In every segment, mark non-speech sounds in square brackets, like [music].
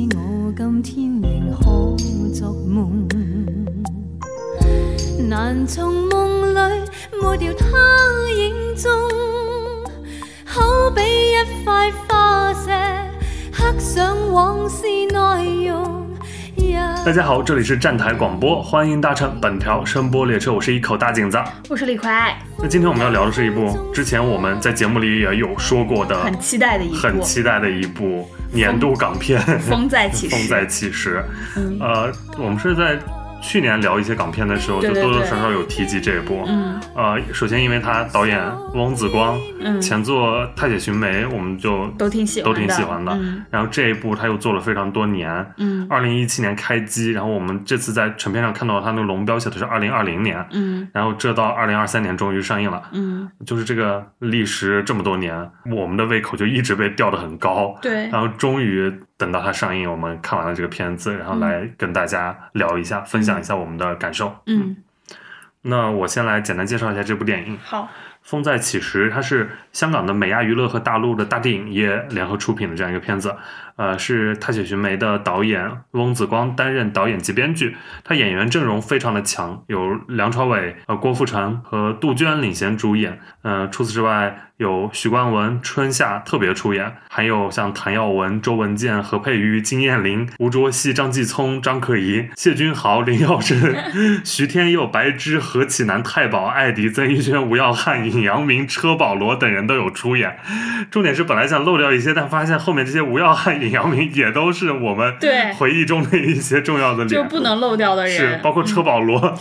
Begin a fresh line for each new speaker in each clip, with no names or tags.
今天仍可作梦，难从梦里抹掉他影踪，好比一块花石，刻上往事内容。一
大家好，这里是站台广播，欢迎搭乘本条声波列车，我是一口大井子。
我是李逵，
那今天我们要聊的是一部之前我们在节目里也有说过的，
很期待的一部
很
《
期待的一部年度港片《
风再起时
风》。在其时，
嗯
呃，我们是在去年聊一些港片的时候，就
对对
多多
对
少少有提及这一部。
嗯
呃，首先因为他导演翁子光
嗯，
前作《太姐寻梅》，我们就
都挺喜欢的，
都挺喜欢的
嗯
然后这一部他又做了非常多年。
嗯
二零一七年开机，然后我们这次在成片上看到他那个龙标写的是二零二零年，
嗯
然后这到二零二三年终于上映了，
嗯，
就是这个历时这么多年，我们的胃口就一直被吊得很高，
对
然后终于等到它上映，我们看完了这个片子，然后来跟大家聊一下，分享一下我们的感受。
嗯
那我先来简单介绍一下这部电影《
好，
风再起时》，它是香港的美亚娱乐和大陆的大电影业联合出品的这样一个片子。呃，是《踏雪寻梅》的导演翁子光担任导演及编剧，他演员阵容非常的强，有梁朝伟、呃郭富城和杜鹃领衔主演。呃，除此之外，有许冠文、春夏特别出演，还有像谭耀文、周文健、何佩瑜、金燕玲、吴卓羲、张继聪、张可颐、谢君豪、林耀
[laughs]
珍、徐天佑、白芝、何启南、太保、艾迪、曾一轩、吴耀汉、尹阳明、车保罗等人都有出演。重点是本来想漏掉一些，但发现后面这些吴耀汉、尹阳明也都是我们
对
回忆中的一些重要的脸，
就不能漏掉的人，
是包括车保罗， [laughs]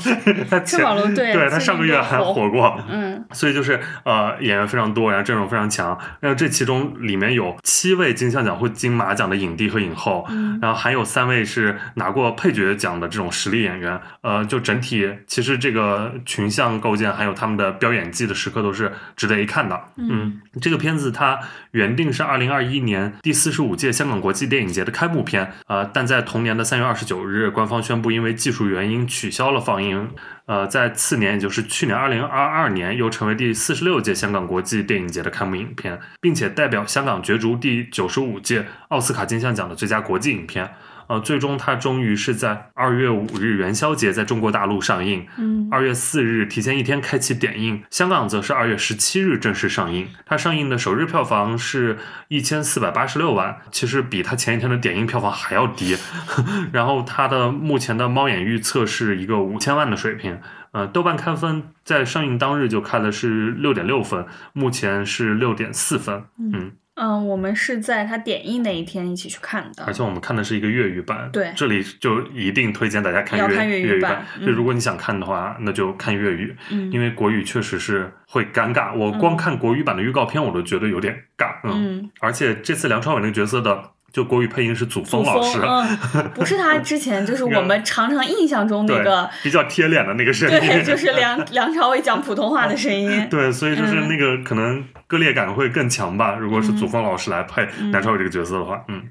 他前
嗯车保罗对
对他
最近
上个月
都
还
火
火过，
嗯
所以就是呃，演员非常多，然后阵容非常强，然后这其中里面有七位金像奖或金马奖的影帝和影后，
嗯
然后还有三位是拿过配角奖的这种实力演员。呃，就整体其实这个群像构建还有他们的表演技的时刻都是值得一看的。嗯，这个片子它原定是二零二一年第四十五届香港国际电影节的开幕片，呃，但在同年的三月二十九日，官方宣布因为技术原因取消了放映。呃，在次年，也就是去年二零二二年，又成为第四十六届香港国际电影节的开幕影片，并且代表香港角逐第九十五届奥斯卡金像奖的最佳国际影片。呃，最终它终于是在二月五日元宵节在中国大陆上映，
嗯
二月四日提前一天开启点映，香港则是二月十七日正式上映。它上映的首日票房是一千四百八十六万，其实比它前一天的点映票房还要低。 [laughs] 然后它的目前的猫眼预测是一个五千万的水平。呃，豆瓣看分在上映当日就看的是六点六分，目前是六点四分。嗯，
嗯，我们是在他点映那一天一起去看的，
而且我们看的是一个粤语版，
对
这里就一定推荐大家看
要
粤
看粤语
语
版
就
嗯
如果你想看的话，那就看粤语，
嗯
因为国语确实是会尴尬。我光看国语版的预告片，我都觉得有点尬，嗯。
嗯，
而且这次梁朝伟那个角色的就国语配音是祖峰
祖
老师
峰，，
[laughs]
嗯，不是他之前，就是
那个
我们常常印象中那
对 [laughs]
个，，
比较贴脸的那个声音，
对，就是梁梁朝伟讲普通话的声音，
对，所以就是
嗯
那个可能割裂感会更强吧。如果是祖峰老师来配
嗯
梁朝伟这个角色的话，嗯，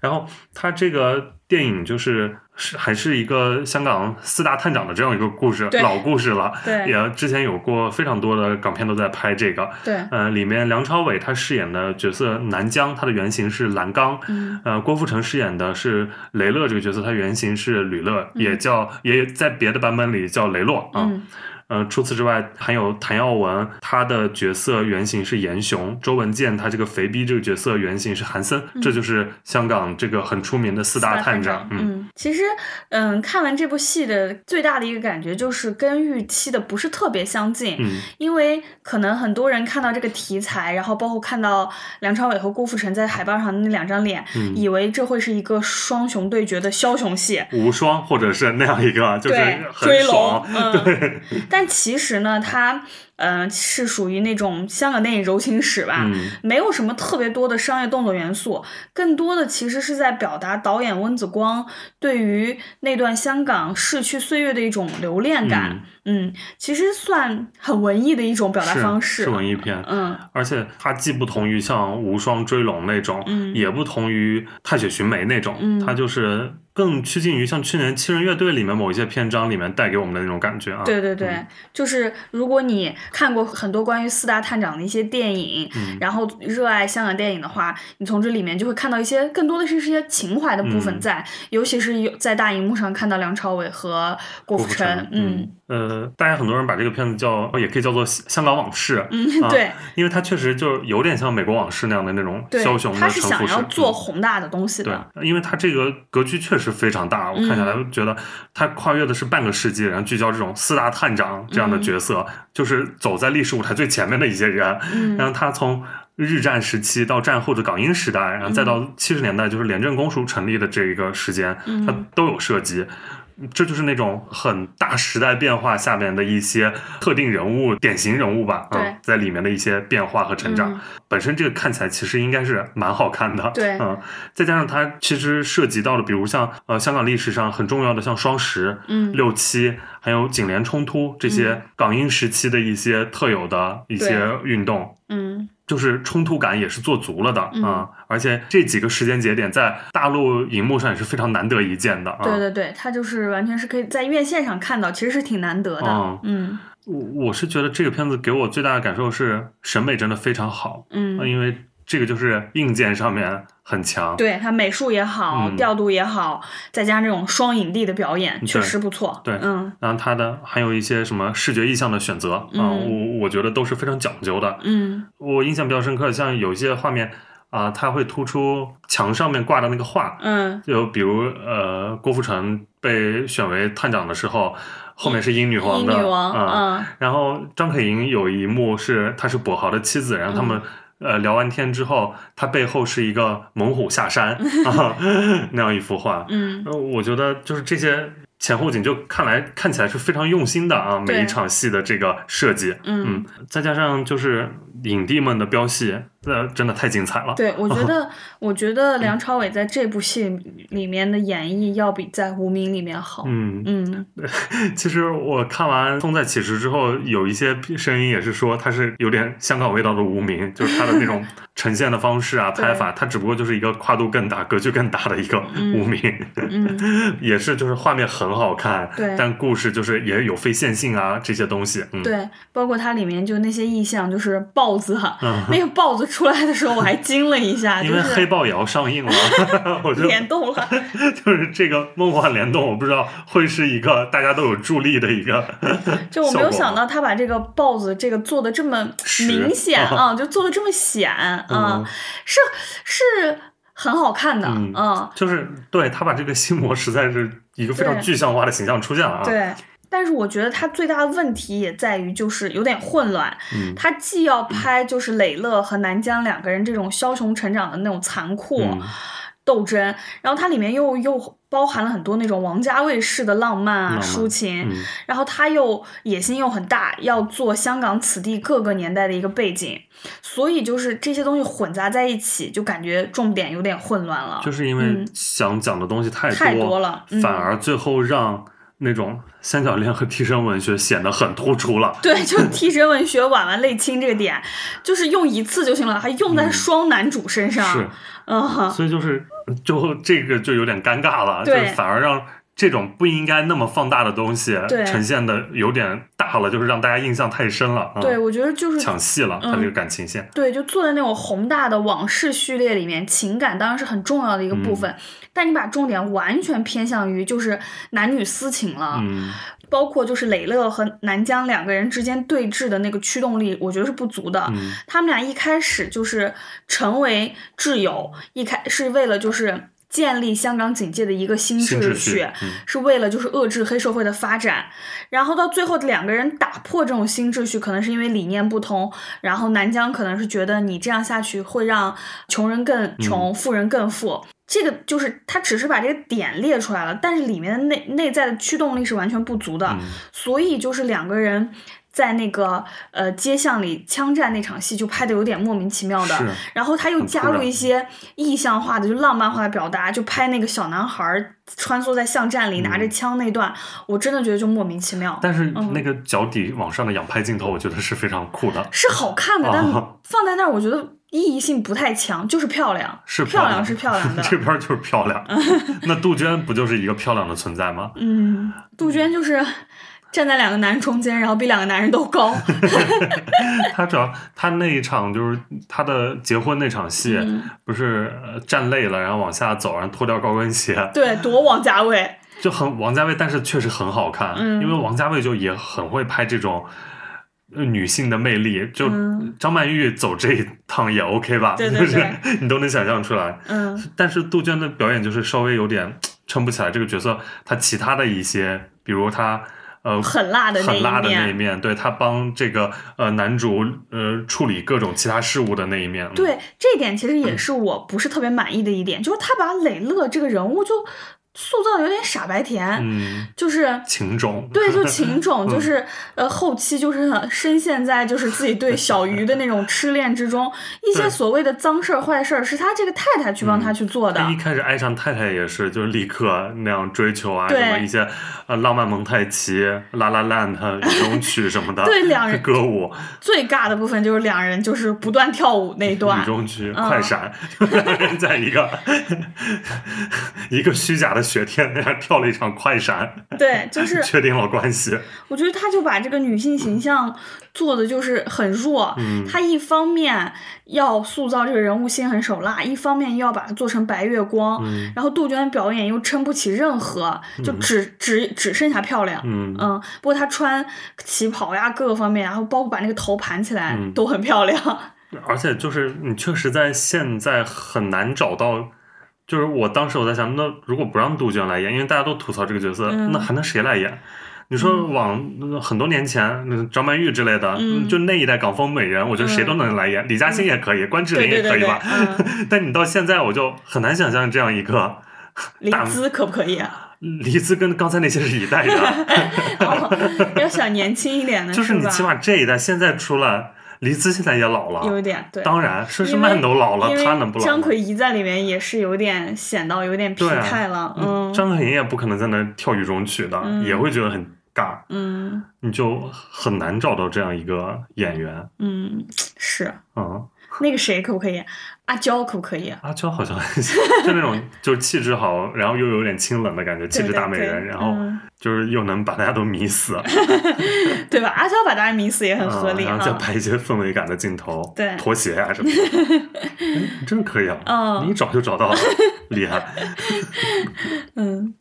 然后他这个电影就是是还是一个香港四大探长的这样一个故事，
对
老故事了，
对
也之前有过非常多的港片都在拍这个。
对，
嗯、里面梁朝伟他饰演的角色南江，他的原型是蓝刚，
嗯
呃，郭富城饰演的是雷乐这个角色，他原型是吕乐，也叫也在别的版本里叫雷洛啊。
嗯
呃，除此之外，还有谭耀文，他的角色原型是严雄；周文健，他这个肥逼这个角色原型是韩森。
嗯
这就是香港这个很出名的四大探长。嗯，
嗯，其实，嗯，看完这部戏的最大的一个感觉就是跟预期的不是特别相近，
嗯
因为可能很多人看到这个题材，然后包括看到梁朝伟和郭富城在海报上那两张脸，
嗯
以为这会是一个双雄对决的枭雄戏。
无双或者是那样一个，就是
对，
很
追龙
爽，。
嗯，但其实呢，它嗯、呃是属于那种香港电影柔情史吧，
嗯
没有什么特别多的商业动作元素，更多的其实是在表达导演温子光对于那段香港逝去岁月的一种留恋感。
嗯
嗯，其实算很文艺的一种表达
是
方式。
是文艺片，
嗯
而且它既不同于像《无双追龙》那种，
嗯
也不同于《踏雪寻梅》那种，
嗯
它就是更趋近于像去年《七人乐队》里面某一些篇章里面带给我们的那种感觉啊。
对对对，
嗯
就是如果你看过很多关于四大探长的一些电影，
嗯
然后热爱香港电影的话，你从这里面就会看到一些更多的是是一些情怀的部分
嗯
在，尤其是有在大荧幕上看到梁朝伟和郭
郭
富
富
城，
城，
嗯，
呃，大家很多人把这个片子叫，也可以叫做《香港往事》，
嗯，
啊
[laughs] 对
因为它确实就有点像美国往事那样的那种
对
枭雄，
他
的
是
城
想
府
要
式
做
嗯
宏大的东西的，嗯
对，因为它这个格局确实非常大，我看下来觉得它跨越的是半个世纪，然后聚焦这种四大探长这样的角色，就是走在历史舞台最前面的一些人。
嗯
然后他从日战时期到战后的港英时代，然后再到七十年代就是廉政公署成立的这个时间，
嗯
它都有涉及。这就是那种很大时代变化下面的一些特定人物、典型人物吧，
对
嗯，在里面的一些变化和成长。
嗯
本身这个看起来其实应该是蛮好看的，
对
嗯，再加上它其实涉及到了，比如像呃香港历史上很重要的像双十、
嗯
六七，还有警联冲突这些港英时期的一些特有的一些运动。
嗯
就是冲突感也是做足了的啊、
嗯
而且这几个时间节点在大陆荧幕上也是非常难得一见的啊。
对对对，他就是完全是可以在院线上看到，其实是挺难得的，
哦
嗯
我我是觉得这个片子给我最大的感受是审美真的非常好，呃
嗯，
因为这个就是硬件上面很强，
对他美术也好，
嗯
调度也好，再加上这种双影帝的表演，
对
确实不错，
对
嗯
然后它的还有一些什么视觉意象的选择啊、
嗯
我我觉得都是非常讲究的。
嗯
我印象比较深刻，像有一些画面啊、它会突出墙上面挂的那个画，
嗯
就比如呃，郭富城被选为探长的时候，后面是英女
一
皇的，
女王，
啊
嗯
然后张可盈有一幕是她是跛豪的妻子，然后他
嗯
们、呃聊完天之后，她背后是一个猛虎下
[laughs]
山啊那样一幅画，
嗯，
呃，我觉得就是这些前后景，就看来看起来是非常用心的啊，
对
每一场戏的这个设计，
嗯
嗯，再加上就是影帝们的飙戏，那真的太精彩了。
对，我觉
嗯
得，我觉得梁朝伟在这部戏里面的演绎要比在《无名》里面好。
嗯，
嗯
其实我看完《风再起时》之后，有一些声音也是说它是有点香港味道的无名，就是它的
[laughs]
那种呈现的方式啊、
对
拍法，它只不过就是一个跨度更大、格局更大的一个
嗯
无名。 [laughs]
嗯，
也是，就是画面很好看，
对
但故事就是也有非线性啊这些东西，嗯，
对，包括它里面就那些意象，就是豹子哈，
嗯
那个豹子出来的时候我还惊了一
[laughs]
下，
因
啊就
为黑
是
豹也要上映了， [laughs] 我觉
联
得
动了。
[laughs] 就是这个梦幻联动，我不知道会是一个大家都有助力的一个
就我没
效
有
果
想到他把这个豹子这个做的这么
实
明显
[laughs] 啊
啊，就做的这么显啊
[laughs] 嗯，，
是是很好看的，
嗯
嗯，
就是对他把这个心魔实在是一个非常
对
具象化的形象出现了啊，，
对。但是我觉得他最大的问题也在于，就是有点混乱。
嗯
他既要拍就是磊乐和南疆两个人这种枭雄成长的那种残酷
嗯
斗争，然后它里面又又包含了很多那种王家卫式的浪漫啊、
浪漫
抒情，
嗯
然后他又野心又很大，要做香港此地各个年代的一个背景，所以就是这些东西混杂在一起，就感觉重点有点混乱了。
就是因为
嗯
想讲的东西太
太多了嗯
反而最后让那种三角恋和替身文学显得很突出了，
对，就替身文学婉婉泪清这个点，就是用一次就行了，还用在双男主身
嗯是
上，，嗯哼，
所以就是就这个就有点尴尬了，就
对
是反而让这种不应该那么放大的东西
对
呈现的有点大了，就是让大家印象太深了，嗯、
对，我觉得就是
抢戏了，他
嗯
这个感情线，
对，就坐在那种宏大的往事序列里面，情感当然是很重要的一个部分，
嗯
但你把重点完全偏向于就是男女私情了，
嗯，
包括就是磊乐和南疆两个人之间对峙的那个驱动力，我觉得是不足的。
嗯
他们俩一开始就是成为挚友，一开是为了就是建立香港警界的一个新
新
秩
秩序嗯
是为了就是遏制黑社会的发展，然后到最后两个人打破这种新秩序，可能是因为理念不同，然后南疆可能是觉得你这样下去会让穷人更穷，富人更富。这个就是他只是把这个点列出啊来了，但是里面的内内在的驱动力是完全不足的，
嗯
所以就是两个人在那个呃街巷里枪战那场戏就拍的有点莫名其妙的
是，
然后他又
很
加
突
入
然
一些意象化的，就浪漫化的表达，就拍那个小男孩儿穿梭在巷战里拿着枪那段，我真的觉得就莫名其妙。
嗯但是
嗯
那个脚底往上的仰拍镜头，我觉得是非常酷的，
是好看的，但
哦 [laughs]
放在那儿我觉得意义性不太强，就是漂亮，
是
漂
亮
亮是漂亮的。
[laughs] 这边就是漂
[laughs]
亮。那杜鹃不就是一个漂亮的存在吗？
嗯，杜鹃就是站在两个男人中间，然后比两个男人都高。
[laughs] 她主要她那一场就是她的结婚那场戏，
嗯
不是呃站累了，然后往下走，然后脱掉高跟鞋，
对，夺王家卫。
就很王家卫，但是确实很好看，
嗯
因为王家卫就也很会拍这种。呃女性的魅力，就
嗯
张曼玉走这一趟也 OK 吧，
对对
就是 [laughs] 你都能想象出来。
嗯
但是杜鹃的表演就是稍微有点撑不起来这个角色，她其他的一些，比如她呃
很辣的那一
很辣的那一
面
面，对她帮这个呃男主呃处理各种其他事务的那一面，嗯，
对，这一点其实也是我不是特别满意的一点，就是他把磊乐这个人物就塑造的有点傻白甜，
嗯，
就是
情种，嗯
对，就
[laughs]
情种，就是呃，后期就是很深陷在就是自己对小鱼的那种痴恋之中，一些
对嗯
所谓的脏事儿、坏事儿是他这个太太去帮他去做的。
他一开始爱上太太也是，就是立刻那样追求啊，
对
什么一些呃浪漫蒙太奇、啦啦烂
[laughs]
的雨中曲什么的，
对两人
歌舞、
最尬的部分就是两人就是不断跳舞那一
雨
段，
中曲、
嗯
快闪，两人在一个 [laughs] 一个虚假的雪天那样跳了一场快闪， [laughs]
对，就是
确定了关系。
我觉得他就把这个女性形象做的就是很弱，
嗯
他一方面要塑造这个人物心狠手辣，一方面又要把它做成白月光，
嗯
然后杜鹃表演又撑不起任何，就只、只只剩下漂亮。
嗯，
嗯，不过她穿旗袍呀，各个方面，然后包括把那个头盘起来，
嗯
都很漂
[laughs]
亮。
而且就是你确实在现在很难找到。就是我当时我在想，那如果不让杜鹃来演，因为大家都吐槽这个角色，
嗯
那还能谁来演？你说往、呃很多年前，那张曼玉之类的，
嗯
就那一代港风美人，我觉得谁
嗯
都能来演，李嘉欣也可以，关之
对
琳
对
也可
对
以
对，
吧。
嗯，
[laughs] 但你到现在，我就很难想象这样一个
黎
大
姿可不可以、啊？
黎姿跟刚才那些是一代
[laughs]
的，
哦要想年轻一点的，
就是你
吧
起码这一代现在出来，黎姿现在也老
有一
了，
点对。
当然佘诗
因
曼
为
都老了
因，为
她能不老
张
吗？
奎仪在里面也是有点显到有点疲
对啊
态了，嗯
张可盈也不可能在那跳雨中曲的，
嗯
也会觉得很尬，
嗯
你就很难找到这样一个演员。
嗯，是
嗯，
那个谁可不可以？阿娇可不可以？啊
阿娇好像就那种就是气质好，然后又有点清冷的感觉，气质大美人，
对对对
然后
嗯
就是又能把大家都迷
[laughs]
死，
对吧？阿娇把大家迷死也很合理啊
嗯然后再
哈。
拍一些氛围感的镜头，
对
拖鞋啊什么的，
[laughs]
嗯真可以啊，
嗯
你一找就找到
[laughs]
了，厉害！
嗯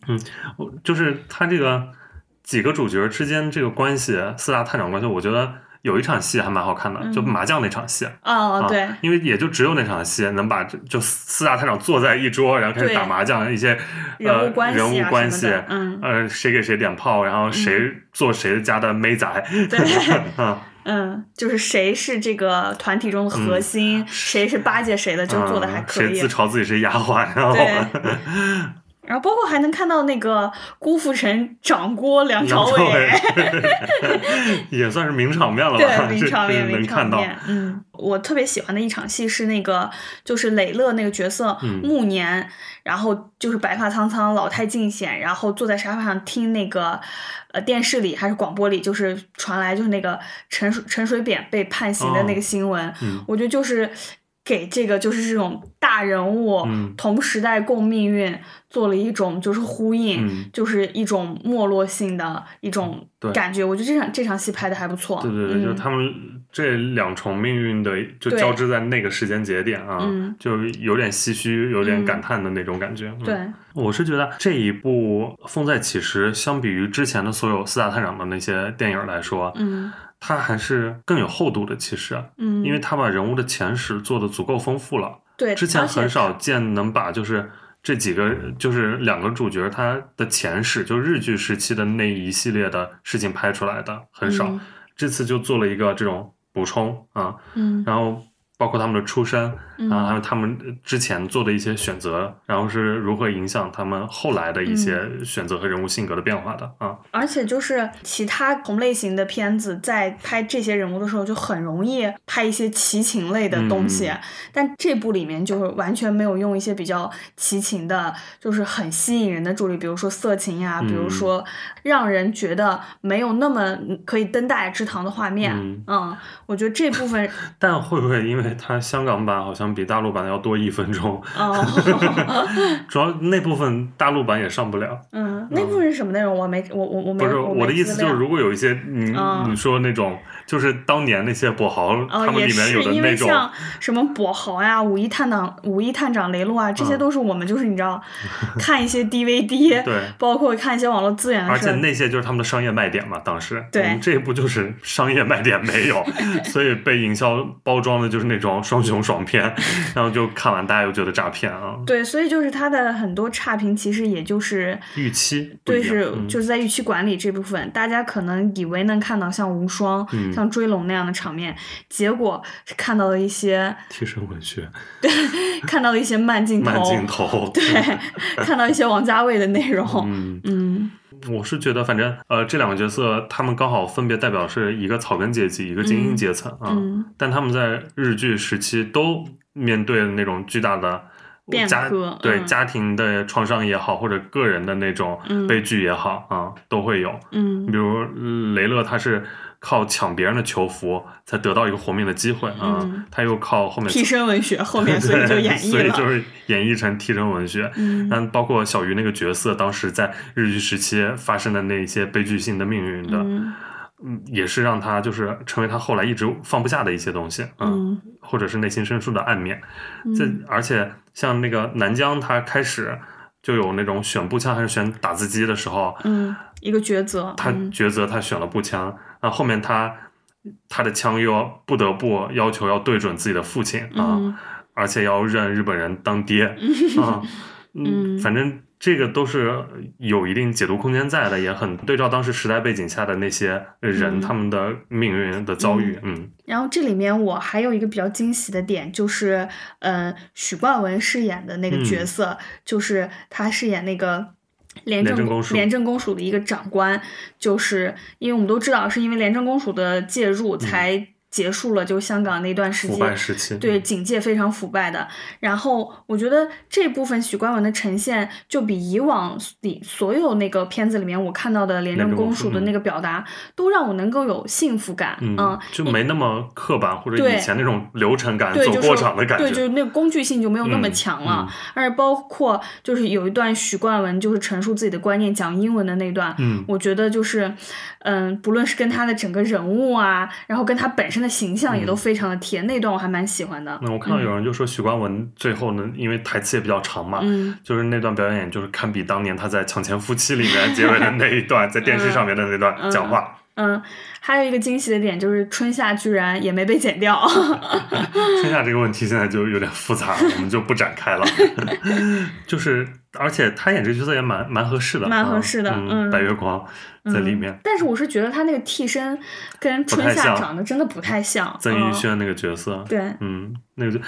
我就是他这个几个主角之间这个关系，四大探长关系，我觉得有一场戏还蛮好看的，
嗯
就麻将那场戏。
哦
啊，
对，
因为也就只有那场戏能把这就四大探长坐在一桌，然后开始
对
打麻将，一些
人
呃
物关系啊
人物关系
什么的，嗯
呃，谁给谁点炮，然后谁做谁家的妹仔，
对，
嗯，
嗯，就是谁是这个团体中的核心，谁是巴结谁的， [laughs] 就做的还
嗯
可以
谁自。嘲自己是丫鬟，然后
对 [laughs] 然后包括还能看到那个郭富城掌掴梁朝伟，
[laughs] 也算是名场面了吧？[laughs]
对，名场面，
这这
名
能看
场
到。
面。嗯，我特别喜欢的一场戏是那个，就是磊乐那个角色
嗯
暮年，然后就是白发苍苍、老态尽显，然后坐在沙发上听那个，呃，电视里还是广播里，就是传来就是那个陈水陈水扁被判刑的那个
哦
新闻，
嗯
我觉得就是。给这个就是这种大人物、
嗯
同时代共命运做了一种就是呼应，
嗯，
就是一种没落性的一种
对
感觉。我觉得这场这场戏拍的还不错。
对对对，
嗯、
就是他们这两重命运的就
对
交织在那个时间节点啊
嗯，
就有点唏嘘，有点感叹的那种感觉。嗯，
对，
我是觉得这一部《风再起时》，相比于之前的所有四大探长的那些电影来说，
嗯
它还是更有厚度的。其实，
嗯，
因为它把人物的前史做的足够丰富了。
对
之前
而且
很少见能把就是这几个就是两个主角他的前世，就日剧时期的那一系列的事情拍出来的很少。
嗯
这次就做了一个这种补充啊，
嗯
然后包括他们的出身，
嗯
然后还有他们之前做的一些选择，然后是如何影响他们后来的一
嗯
些选择和人物性格的变化的啊。
而且就是其他同类型的片子，在拍这些人物的时候，就很容易拍一些奇情类的东西，
嗯
但这部里面就是完全没有用一些比较奇情的，就是很吸引人的助力，比如说色情呀、
嗯
比如说让人觉得没有那么可以登大雅之堂的画面。
嗯
我觉得这部分， [laughs]
但会不会因为它香港版好像比大陆版要多一分钟，
哦， [laughs]
主要那部分大陆版也上不了。
嗯，那部分是什么内容？我没，我我我没，
不是
我没
我的意思
资
就
料
是，如果有一些你、
嗯
你说那种，就是当年那些跛豪、 [laughs] 他，
哦
们
也
里面
是
有的
因为
那种，
像什么跛豪呀、五一探长、五一探长雷洛啊，这些
嗯
都是我们就是你知道
[laughs]
看一些 DVD，
对
包括看一些网络资源的
而
时
且
候，
那些就是他们的商业卖点嘛，当时
对
我们这一部就是商业卖点没
[laughs]
有，所以被营销包装的就是那种双雄爽片，然后就看完大家又觉得诈骗啊，
对，所以就是他的很多差评，其实也就是
预期不一
对
样
是
嗯
就是在预期管理这部分，大家可能以为能看到像无双、
嗯
像追龙那样的场面，结果是看到了一些
贴身文学
看到了一些慢镜头，
慢镜头，
[laughs]
[laughs]
对，看到一些王家卫的内容，
嗯，
嗯
我是觉得反正呃这两个角色他们刚好分别代表是一个草根阶级，一个精英阶层啊，
嗯
但他们在日剧时期都面对了那种巨大的
变
家
革
对、
嗯
家庭的创伤也好，或者个人的那种
嗯
悲剧也好啊、都会有。
嗯
比如雷勒，他是靠抢别人的囚服才得到一个活命的机会啊、
嗯
他又靠
[laughs]
后面 [laughs]
替身文学后面，
对
所以就演
[laughs] 所
绎
以
了。
就是演绎成替身文学。 [laughs]
嗯
但包括小鱼那个角色，当时在日剧时期发生的那些悲剧性的命运的，
嗯
嗯，也是让他就是成为他后来一直放不下的一些东西，啊
嗯
或者是内心深处的暗面。这
嗯
而且像那个南疆，他开始就有那种选步枪还是选打字机的时候，
嗯，一个抉择。
他
嗯
抉择他选了步枪，那后面他他的枪又要不得不要求要对准自己的父亲啊，
嗯
而且要认日本人当
[laughs]
爹啊，
嗯
反正这个都是有一定解读空间在的，也很对照当时时代背景下的那些人、
嗯
他们的命运的遭遇，嗯
然后这里面我还有一个比较惊喜的点，就是呃，许冠文饰演的那个角色，就是他饰演那个。廉
嗯廉政
政
公署
廉政公署的一个长官，就是因为我们都知道，是因为廉政公署的介入才结束了就香港那段时
嗯
期
腐败时期，
对警界非常腐败的。然后我觉得这部分许冠文的呈现，就比以往里所有那个片子里面我看到的廉
廉
政
政公
公
署
署的
嗯
那个表达，都让我能够有幸福感。
嗯，就没那么刻板或者
对
以前那种流程感、
对，
走
就是
过场的感觉，嗯
对，就是那个工具性就没有那么强了。而且包括就是有一段许冠文就是陈述自己的观念讲英文的那段，
嗯
我觉得就是，嗯，不论是跟他的整个人物啊，然后跟他本身的形象
嗯
也都非常的贴，那段我还蛮喜欢的。
那我看到有人就说许冠文最后呢，因为台词也比较长嘛，
嗯
就是那段表演就是堪比当年他在《抢钱夫妻》里面结尾的那一段，在电视上面的那段讲话，
嗯，还有一个惊喜的点就是春夏居然也没被
[laughs]
剪掉。 [laughs]
剩下这个问题现在就有点复杂，我们就不展开了。 [laughs] 就是，而且他演这个角色也蛮蛮合适的，
蛮合适的
嗯，
嗯
白月光在里面，
但是我是觉得他那个替身跟春
不太
夏
像
长得真的不太像。
曾
嗯
玉轩那个角色，
对，
嗯，那个就，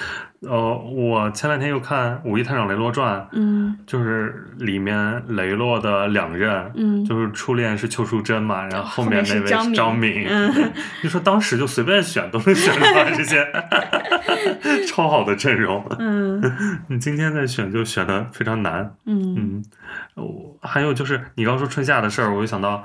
呃，我前两天又看《武义探长雷洛传》，
嗯
就是里面雷洛的两任，
嗯
就是初恋是邱淑贞嘛，然后后面
后面
那
是
位
张
是
敏
张敏， [laughs]
嗯
就说当时就随便选都能选出来这些 [laughs] 超好的阵容， [laughs]
嗯
你今天再选就选的非常难，
嗯
嗯，我还有就是你刚说春夏的事儿，我就想到。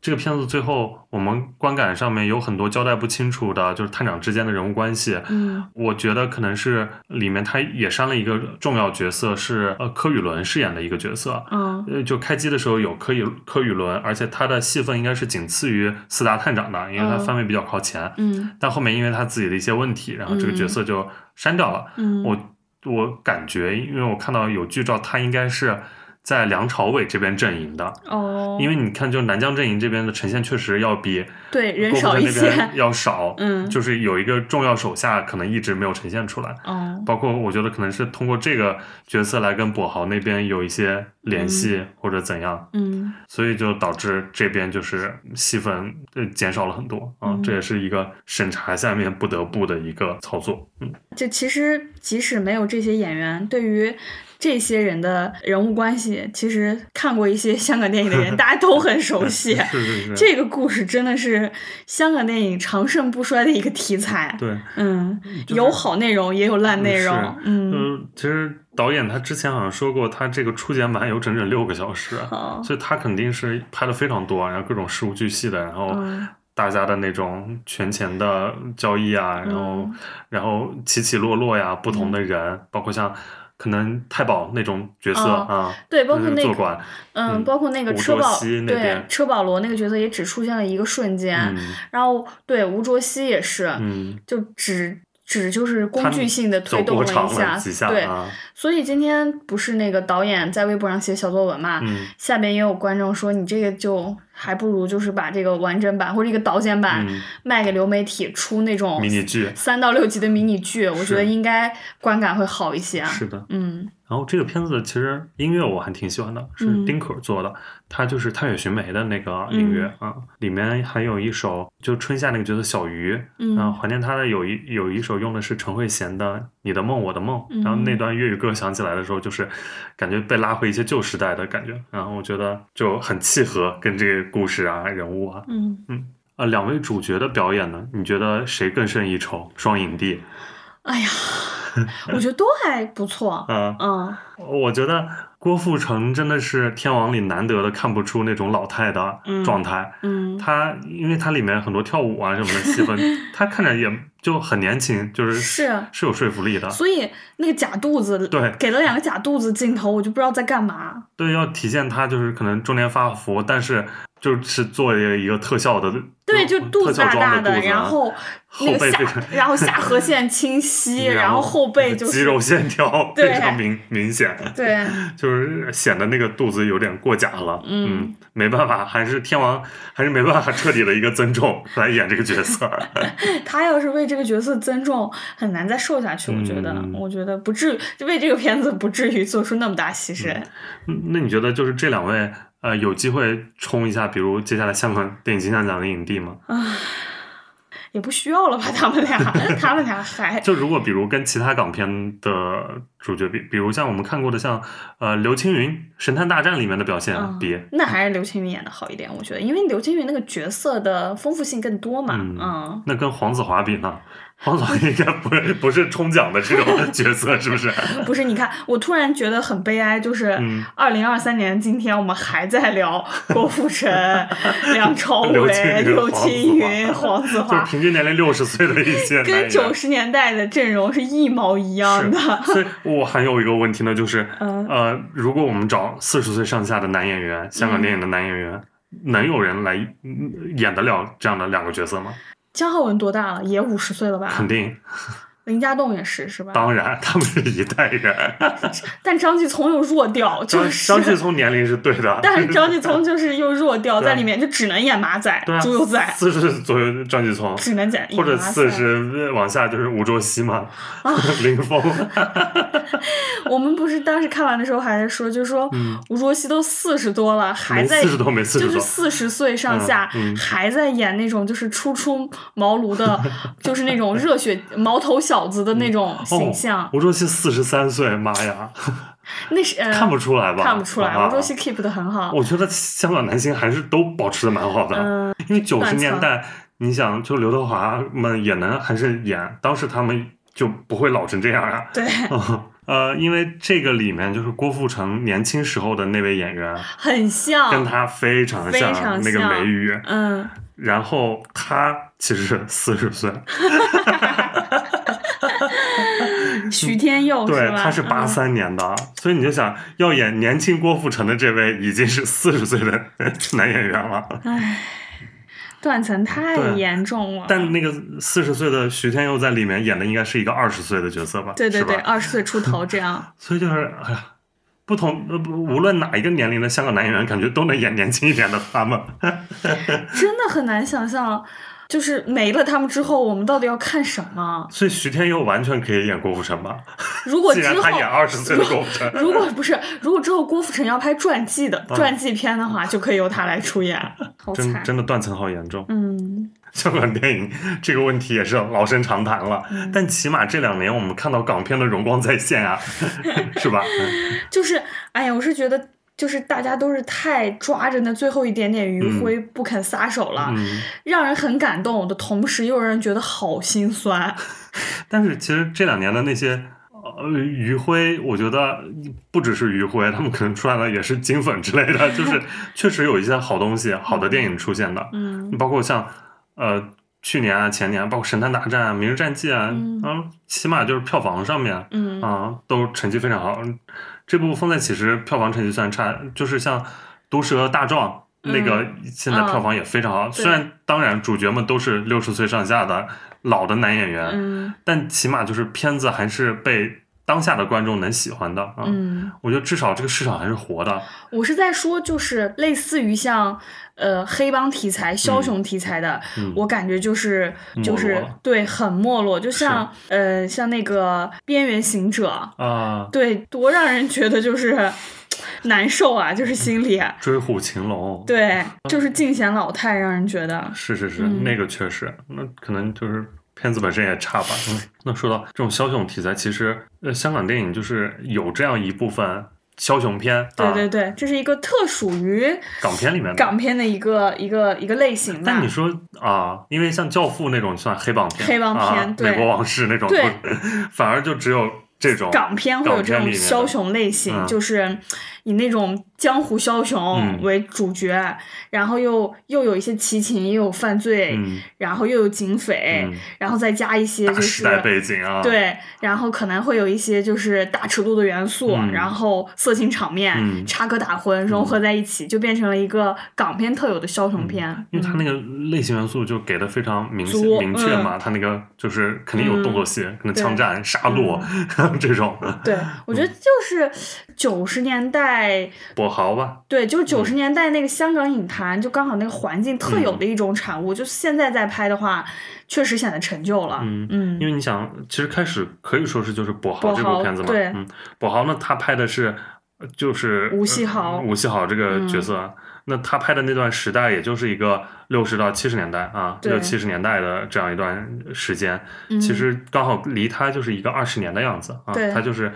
这个片子最后，我们观感上面有很多交代不清楚的，就是探长之间的人物关系，
嗯
我觉得可能是里面他也删了一个重要角色，是呃柯宇伦饰演的一个角色。
嗯
呃，就开机的时候有柯宇柯宇伦，而且他的戏份应该是仅次于四大探长的，因为他
嗯
番位比较靠前。
嗯
但后面因为他自己的一些问题，然后这个角色就删掉了。
嗯，
我我感觉，因为我看到有剧照，他应该是在梁朝伟这边阵营的，
哦，
因
为
为你看，就南江阵营这边的呈现确实要比
对人
郭富
少
城
一
那边
些，
要少，
[laughs] 嗯
就是有一个重要手下可能一直没有呈现出来，
哦，
包括我觉得可能是通过这个角色来跟跛豪那边有一些联系或者怎样，
嗯
所以就导致这边就是戏份呃减少了很多啊，
嗯
这也是一个审查下面不得不的一个操作，嗯，
就其实即使没有这些演员，对于这些人的人物关系，其实看过一些香港电影
[laughs]
的人，大家都很熟悉。
是是是，
这个故事真的是香港电影长盛不衰的一个题材。
对。
嗯，
就是
有好内容，也有烂内容。嗯，
嗯，其实导演他之前好像说过，他这个初剪版有整整六个小时，啊
好，
所以他肯定是拍了非常多，啊然后各种事无巨细的，然后
嗯
大家的那种权钱的交易啊，然
嗯
后然后起起落落呀，不同的人，包括像可能太保那种角色
哦
啊，
对，包括
就是
那
做
个，
官，
嗯，
嗯
包括那个
吴
车
卓
保，
羲那
对
边
车保罗那个角色也只出现了一个瞬间，
嗯
然后对吴卓羲也是，
嗯，
就只只就是工
他
具性的推
走
动
过
了
场
一下，
几下
对，
啊，
所以今天不是那个导演在微博上写小作文嘛，
嗯
下边也有观众说你这个就还不如就是把这个完整版或者一个导剪版
嗯，
卖给流媒体出那种
迷你剧
三到六集的迷你剧，我觉得应该观感会好一些啊。
是的。
嗯
然后这个片子其实音乐我还挺喜欢的，是
嗯
丁可做的，他就是《探雪寻梅》的那个音乐啊，里面还有一首就春夏那个角色小鱼，然后
嗯
怀念他的有一有一首用的是陈慧娴的《你的梦我的梦》，
嗯
然后那段粤语歌响起来的时候，就是感觉被拉回一些旧时代的感觉，然后我觉得就很契合跟这个故事啊、人物啊。
嗯，
呃，两位主角的表演呢，你觉得谁更胜一筹？双影帝
哎呀，我觉得都还不错。
啊、
嗯，
我觉得郭富城真的是天王里难得的看不出那种老态的
嗯
状态。
嗯，
他因为他里面很多跳舞啊什么的
[laughs]
戏份，他看着也就很年轻，就是
是
是有说服力的。
所以那个假肚子，
对
给了两个假肚子镜头，我就不知道在干嘛。
对，要体现他就是可能中年发福，但是就是做了一个特效的，
对，就
嗯特
肚子
效
大
妆
大
的肚子啊
然后那
后
个
背
下
非常，
然后下颌线
[laughs]
清晰，然后后背就是
肌肉线
[laughs]
条
对
非常明明显，
对，
就是显得那个肚子有点过假了。
嗯
嗯，没办法，还是天王还是没办法彻底的一个增重来演这个角色。
他要是为这个角色增重，很难再瘦下去。我觉得，
嗯
我觉得不至于为这个片子不至于做出那么大牺牲。
[laughs] 嗯那你觉得就是这两位呃有机会冲一下，比如接下来香港电影金像奖的影帝吗？
[laughs] 也不需要了吧？他们俩，他们俩 [laughs] 还
就如果比如跟其他港片的主角比，比如像我们看过的像呃刘青云《神探大战》里面的表现
嗯
比，
那还是刘青云演的好一点，我觉得，因为刘青云那个角色的丰富性更多嘛。
嗯
嗯
那跟黄子华比呢？黄子华应
[laughs]
该不是不是冲奖的这种角色，是不是？
不是，你看，我突然觉得很悲哀，就是
嗯
二零二三年今天我们还在聊郭
[laughs]
富城、梁朝
刘青
伟、
云
刘
黄子
青
华
云、黄子
[laughs] 就是
华，
平均年龄六十岁的一些男
跟
演
九
员。
十年代的阵容是一毛一样的。
[laughs] 所以我还有一个问题呢，就是
嗯
呃，如果我们找四十岁上下的男演员，香港电影的男演员，能有人来嗯演得了这样的两个角色吗？
姜浩文多大了？也五十岁了吧
肯？定，
林家栋也是是吧？
当然 [laughs] 他们是一代人。
但张继聪又弱掉，就
张
是
张继，聪年龄是对的，
[laughs] 但是张
[laughs]
继聪就是又弱掉，
对啊
在里面就只能演马仔
对、啊
猪油仔，
四十左右的张继聪，
只能演
或者
演马
四
仔
十往下就是吴卓羲嘛，
啊
林峰，
我们不是当时看完的时候还在说，就说吴卓羲都四十多了，还
嗯没
在
四十多，没四
就
十
是
多，
四十岁上下、
嗯嗯
还在演那种就是初出茅庐
[laughs]
的，就是那种热血毛头小子的那种形象。
哦、吴卓羲四十三岁，妈呀，
那是、呃、
看不出来吧？
看不出来，
啊
吴卓羲 keep 的很好。
我觉得香港男星还是都保持的蛮好的，
嗯
因为九十
断
年
层
代，你想，就刘德华们也能还是演，当时他们就不会老成这样啊。 [laughs]
对，
呃，因为这个里面就是郭富城年轻时候的那位演员，
很像。
跟他非常
啊非
像，
常
那个
像
梅雨。
嗯，
然后他其实四十岁，
哦徐天佑
对，
吧？嗯
他是八三年的，所以你就想要演年轻郭富城的这位已经是四十岁的 [laughs] 男演员了。
嗯断层太
对
严重了。
但那个四十岁的徐天佑在里面演的应该是一个二十岁的角色吧？
对对
是吧 [laughs]。
对，二十岁出头这样
所以就是哎呀，不同呃不无论哪一个年龄的香港男演员，感觉都能演年轻一点的他们。
真的很难想象，就是没了他们之后，我们到底要看什么？
所以徐天佑完全可以演郭富城吧？
如果
既
之
然
后
他演二十岁的郭富城，
如果不是，如果之后郭富城要拍传记
嗯
的传记片的话，就可以由他来出演，好
真
惨。
真的断层好严重。
嗯，
[laughs] 香港电影这个问题也是老生常谈了，
嗯
但起码这两年我们看到港片的荣光再现啊， [laughs] 是
[laughs]
吧？嗯
就是，哎呀，我是觉得，就是大家都是太抓着那最后一点点余晖不肯撒手了，
嗯，
让人很感动的同时，又让人觉得好心酸。
但是其实这两年的那些呃余晖，我觉得不只是余晖，他们可能出来了也是金粉之类的，
[laughs]
就是确实有一些好东西、好的电影出现的，
嗯，
包括像呃去年啊、前年啊，包括《神探大战》啊、《明日战记》啊，
嗯
嗯，起码就是票房上面，
嗯
啊，都成绩非常好。嗯这部《风再起时》票房成绩虽然差，就是像《毒舌大壮》
嗯
那个，现在票房也非常好。虽然当然主角们都是六十岁上下的老的男演员，
嗯
但起码就是片子还是被当下的观众能喜欢的啊。
嗯，
我觉得至少这个市场还是活的。
我是在说，就是类似于像呃黑帮题材、枭雄题材的，
嗯
我感觉就是
没
就
落
是
了
对很没落，就像呃像那个《边缘行者》，
啊，
对，多让人觉得就是 [laughs] 难受啊，
嗯
就是心里、
追虎擒龙。。
对，就是敬贤老太，让人觉得
是是是，
嗯
那个确实，那可能就是片子本身也差吧。嗯，那说到这种枭雄题材，其实呃，香港电影就是有这样一部分枭雄片，
对
啊、嗯
对对，这是一个特属于
港片里面的。
港片的一个一个一个类型吧
但你。说啊，因为像《教父》那种算黑帮片，
黑帮片
啊、
对
美国往事那种，
对
不是，反而就只有这种
港片会有这
港片
种
里面的
枭雄类型，
嗯
就是以那种江湖枭雄
嗯
为主角，然后又又有一些奇情，又有犯罪，
嗯
然后又有警匪，
嗯
然后再加一些
大
哎就
时
是
代背景啊，，
对，然后可能会有一些就是大尺度的元素，
嗯
然后色情场面、
嗯
插科打诨融合在一起，就变成了一个港片特有的枭雄片。
因为它
嗯
那个类型元素就给的非常明显
足
明确
嗯
嘛，它那个就是肯定有动作戏，可能枪
对嗯
战、杀戮、 [laughs] 这种，
对，我觉得就是九十年代，
跛豪吧，
对，就是九
嗯
十年代那个香港影坛，就刚好那个环境特有的一种产物。就是现在再拍的话，确实显得陈旧了。
嗯
嗯
因为你想，其实开始可以说是就是跛
跛
豪这
豪
部片子嘛，
对
嗯，跛豪呢，他拍的是呃就是
吴锡豪
呃
嗯
吴锡豪这个角色，那他拍的那段时代，也就是一个六十到七十年代啊，
对
六七十年代的这样一段时间，
嗯
其实刚好离他就是一个二十年的样子啊
对，
他就是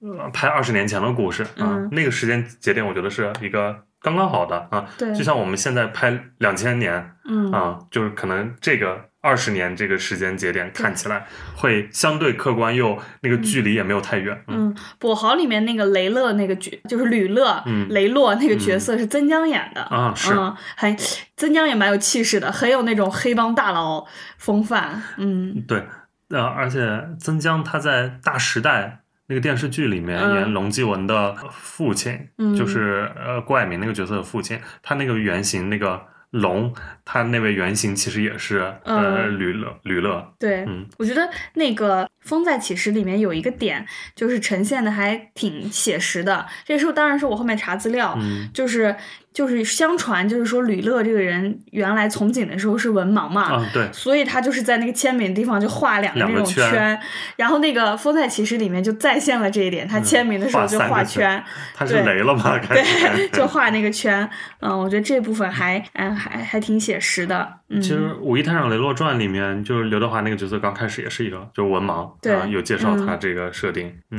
呃拍二十年前的故事啊，
嗯
那个时间节点，我觉得是一个刚刚好的啊，
对，
就像我们现在拍两千年，
嗯
啊，就是可能这个二十年这个时间节点看起来会相对客观，又那个距离也没有太远。嗯
嗯，跛豪里面那个雷勒那个角，就是吕乐、
嗯
雷洛那个角色是曾江演的
啊是
嗯，还曾江也蛮有气势的，很有那种黑帮大佬风范，嗯
对，呃，而且曾江他在《大时代》那个电视剧里面
嗯
演龙继文的父亲，
嗯
就是呃郭蔼明那个角色的父亲，他那个原型那个龙，他那位原型其实也是呃
嗯
吕乐吕乐，
对，
嗯
我觉得那个《风再起时》里面有一个点，就是呈现的还挺写实的，这是当然是我后面查资料，
嗯
就是就是相传就是说吕乐这个人原来从警的时候是文盲嘛，
啊对，
所以他就是在那个签名的地方就画两个
两
那
个
种
圈
然后那个《风再起时》里面就再现了这一点，他签名的时候就
嗯画三
画
个
圈
圈，他是雷了吗？开
对，
始
[laughs] 就画那个圈。嗯，我觉得这部分还嗯还还挺写实的。嗯，
其实《五一探长雷洛传》里面，就是刘德华那个角色刚开始也是一个就是文盲，
对
啊，有介绍
嗯
他这个设定。嗯，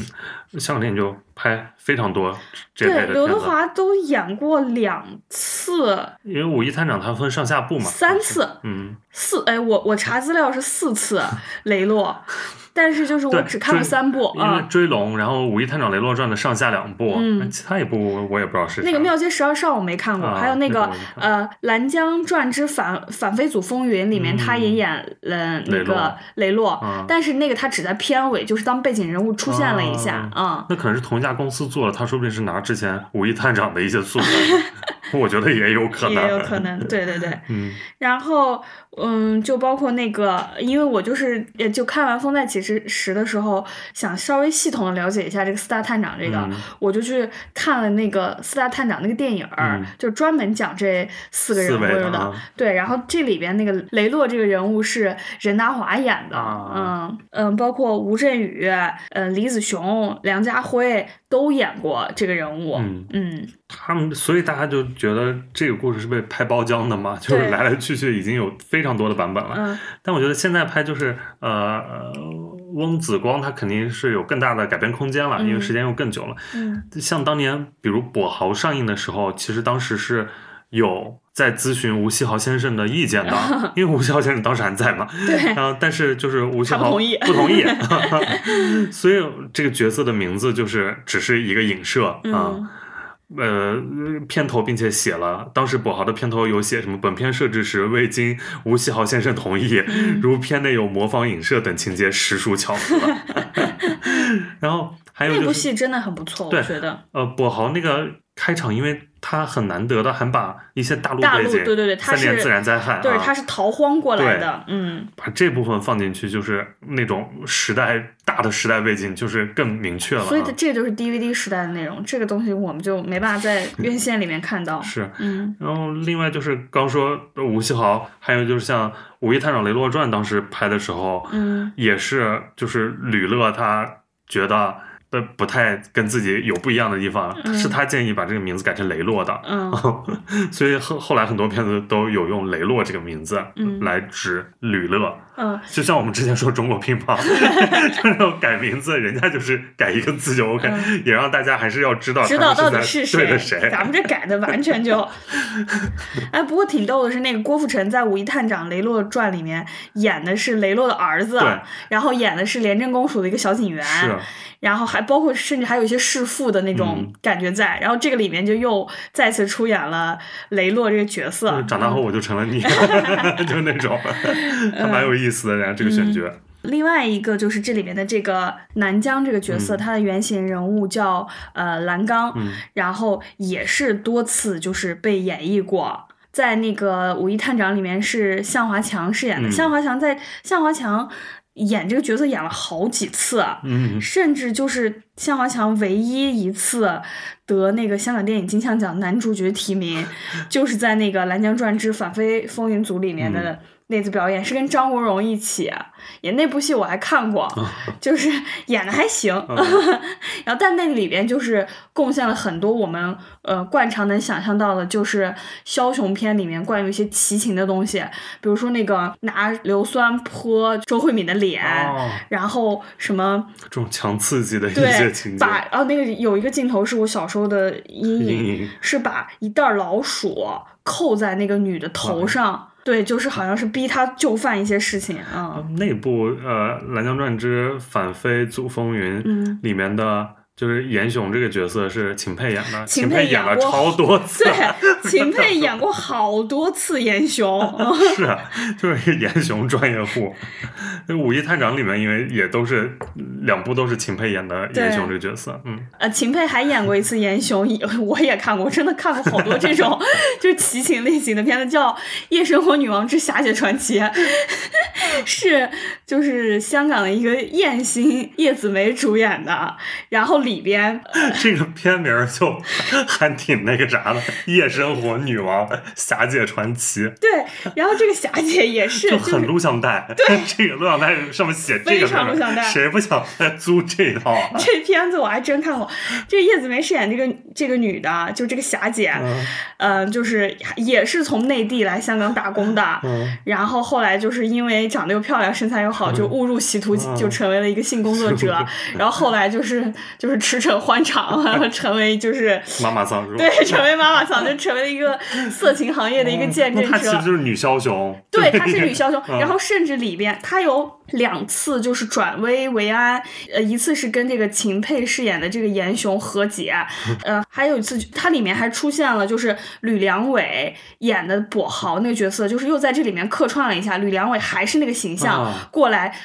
香港电影就拍非常多这类的
对
片
刘德
子，
华都演过两次、
因为《五一探长》它分上下部嘛，
三次、
嗯，
四哎，我我查资料是
[laughs]
四次雷洛，但是就是我
对
只看过
追
三部
因为
啊。
追龙，然后《五一探长雷洛传》的上下两部，
嗯
其他一部我也不知道是啥
那个《庙街十二少》我没看过，
啊
还有那
那个
个
我没看
呃《蓝江传之反反非祖风云》里面，
嗯
他也演了那
雷
个
洛
雷洛，
啊
但是那个他只在片尾，就是当背景人物出现了一下
啊
啊、 [laughs]
那可能是同一家公司做的，他说不定是拿之前《五一探长》的一些素材我觉得也有可能，
也有可能，对对对。
嗯
然后，嗯，就包括那个，因为我就是也就看完《风再起时》的时候，想稍微系统的了解一下这个四大探长这个，
嗯
我就去看了那个四大探长那个电影儿，
嗯
就专门讲这四个人
四
物
位的
的
啊。
对，然后这里边那个雷洛这个人物是任达华演的，
啊
嗯嗯，包括吴镇宇、嗯李子雄、梁家辉都演过这个人物，
嗯，
嗯
他们所以大家就觉得这个故事是被拍包浆的嘛，就是
对
来来去去已经有非常多的版本了。
嗯
但我觉得现在拍就是呃呃，翁子光他肯定是有更大的改编空间了，因为
嗯
时间又更久了。
嗯
像当年比如《跛豪》上映的时候，其实当时是有在咨询吴锡豪先生的意见
[laughs]
的，因为吴锡豪先生当时还在嘛。
嗯对
然后但是就是吴锡
哎他不
豪
同意
不
[laughs]
同意，所以这个角色的名字就是只是一个影射啊。
嗯
呃，片头并且写了，当时跛豪的片头有写什么？本片设置时未经吴锡豪先生同意，
嗯
如片内有模仿影射等情节，实属
[laughs]
巧合。 [laughs] 然后还有
那
就
部
是，
戏真的很不错，
对
我觉得。
呃，跛豪那个开场，因为他很难得的还把一些大陆
大
背
陆
景，
对对对他
三年
是
自然灾害、啊，
对，他是逃荒过来的，嗯，
把这部分放进去，就是那种时代大的时代背景，就是更明确了、啊。
所以这就是 DVD 时代的内容，这个东西我们就没办法在院线里面
[laughs]
看到，
是，
嗯
然后另外就是刚说呃吴锡豪，还有就是像《五一探长雷洛传》当时拍的时候，
嗯，
也是就是吕乐他觉得不不太跟自己有不一样的地方，
嗯
是他建议把这个名字改成雷洛的，
嗯
[laughs] 所以后后来很多片子都有用雷洛这个名字
嗯
来指吕乐， [laughs]
嗯，
就像我们之前说中国乒乓， [laughs] 就是那种改名字，人家就是改一个字就 OK，、
嗯
[laughs] 也让大家还是要知道
知
啊他
道
们
到
在
底是
对
谁，
着谁，
咱们这改的
[laughs]
完全就，哎，不过挺逗的是，那个郭富城在《五一探长雷洛传》里面演的是雷洛的儿子啊
对，
然后演的是廉政公署的一个小警员，
是。啊
然后还包括甚至还有一些弑父的那种
嗯
感觉在，然后这个里面就又再次出演了雷洛这个角
就
色
是，长大后我就成了
[laughs]
你，就是那种，还蛮有意思的。然后这个
嗯
选角，
另外一个就是这里面的这个南疆这个角色，他的原型人物叫呃蓝刚，
嗯
然后也是多次就是被演绎过。在那个《五一探长》里面是向华强饰演的，
嗯
向华强在向华强演这个角色演了好几次，啊
嗯，
甚至就是向华强唯一一次得那个香港电影金像奖男主角提名，就是在那个《蓝江传之反飞风云组》里面的那次表演，是跟张国荣一起演那部戏，我还看过，就是演的还行。 [laughs] 然后但那里边就是贡献了很多我们呃惯常能想象到的，就是枭雄片里面惯有一些奇情的东西，比如说那个拿硫酸泼周慧敏的脸。
哦，
然后什么
这种强刺激的一 [laughs] 些
对
情，节，
把啊那个有一个镜头是我小时候的阴影，
阴影
[laughs] 是把一袋老鼠扣在那个女的头上，对，就是好像是逼她就范一些事情啊。
那部呃《蓝江传之反飞祖风云》
嗯
里面的。就是严雄这个角色是秦沛演的，
秦
秦
沛
沛演
演
了
过
超多次，
[laughs]
[laughs]
对，秦沛演过好多次严雄，嗯
是，啊 [laughs] 就是严雄专业户。那《五一探长》里面，因为也都是两部都是秦沛演的
对
严雄这个角色，嗯， [coughs]
呃，秦沛还演过一次严雄，也我也看过，我真的看过好多这
[laughs]
种就是奇情类型的片子，叫《夜生活女王之侠姐传奇》，
[laughs]
是就是香港的一个艳星叶子梅主演的，然后里边
这个片名儿就还挺那个啥的，《夜生活女王侠姐传奇》
对，然后这个霞姐也是
就
就是
很录像带。对， [laughs] 这个录像带上面写这个
非常录像带
谁不想再租这套啊？
这片子我还真看过，这叶子梅饰演这个这个女的，就这个霞姐，
嗯
呃，就是也是从内地来香港打工的，
嗯，
然后后来就是因为长得又漂亮，身材又好，就误入歧途，
嗯
就成为了一个性工作者。 [laughs] 然后后来就是就是驰骋欢场，然后成为就是
妈妈桑是吧？
对，成为妈妈桑，就成为了一个色情行业的一个见证
嗯哦那她其
者
实。就是女枭雄。
对，她是女枭雄，
[laughs] 嗯
然后甚至里边她有两次就是转危为安，呃，一次是跟这个秦沛饰演的这个严雄
[laughs]
和解，呃，还有一次就它里面还出现了就是吕良伟演的跛豪那个角色，就是又在这里面客串了一下，吕良伟还是那个形象、
啊
过来。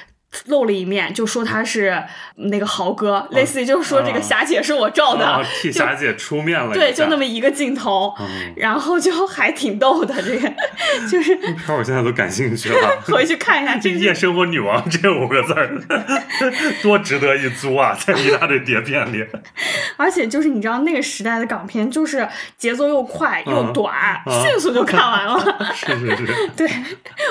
露了一面，就说他是那个豪哥，类似于就是说这个霞姐是我照的，
啊，替
就
霞姐出面了一下，
对，就那么一个镜头，
嗯。
然后就还挺逗的，这个
[laughs]
就是。
看我现在都感兴趣了
回去看一下，
这
这
“
个
夜生活女王”这五个字儿， [laughs] 多值得一租啊！在一大堆碟片里，
而且就是你知道那个时代的港片，就是节奏又快又
嗯
短，
嗯
迅速就看完了。 [laughs]
是是是，
对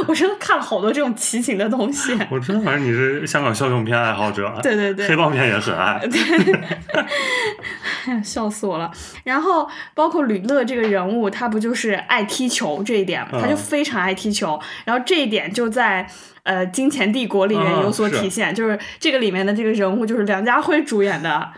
我真的看了好多这种奇情的东西。
我知道，反正你是香港笑片片爱好者，啊
对对对
黑帮片也很爱。
哎呀 [laughs] 笑死我了！然后包括吕乐这个人物，他不就是爱踢球这一点吗？
嗯
他就非常爱踢球，然后这一点就在呃《金钱帝国》里面
嗯
有所体
是
现，就是这个里面的这个人物就是梁家辉主演
[laughs]
的，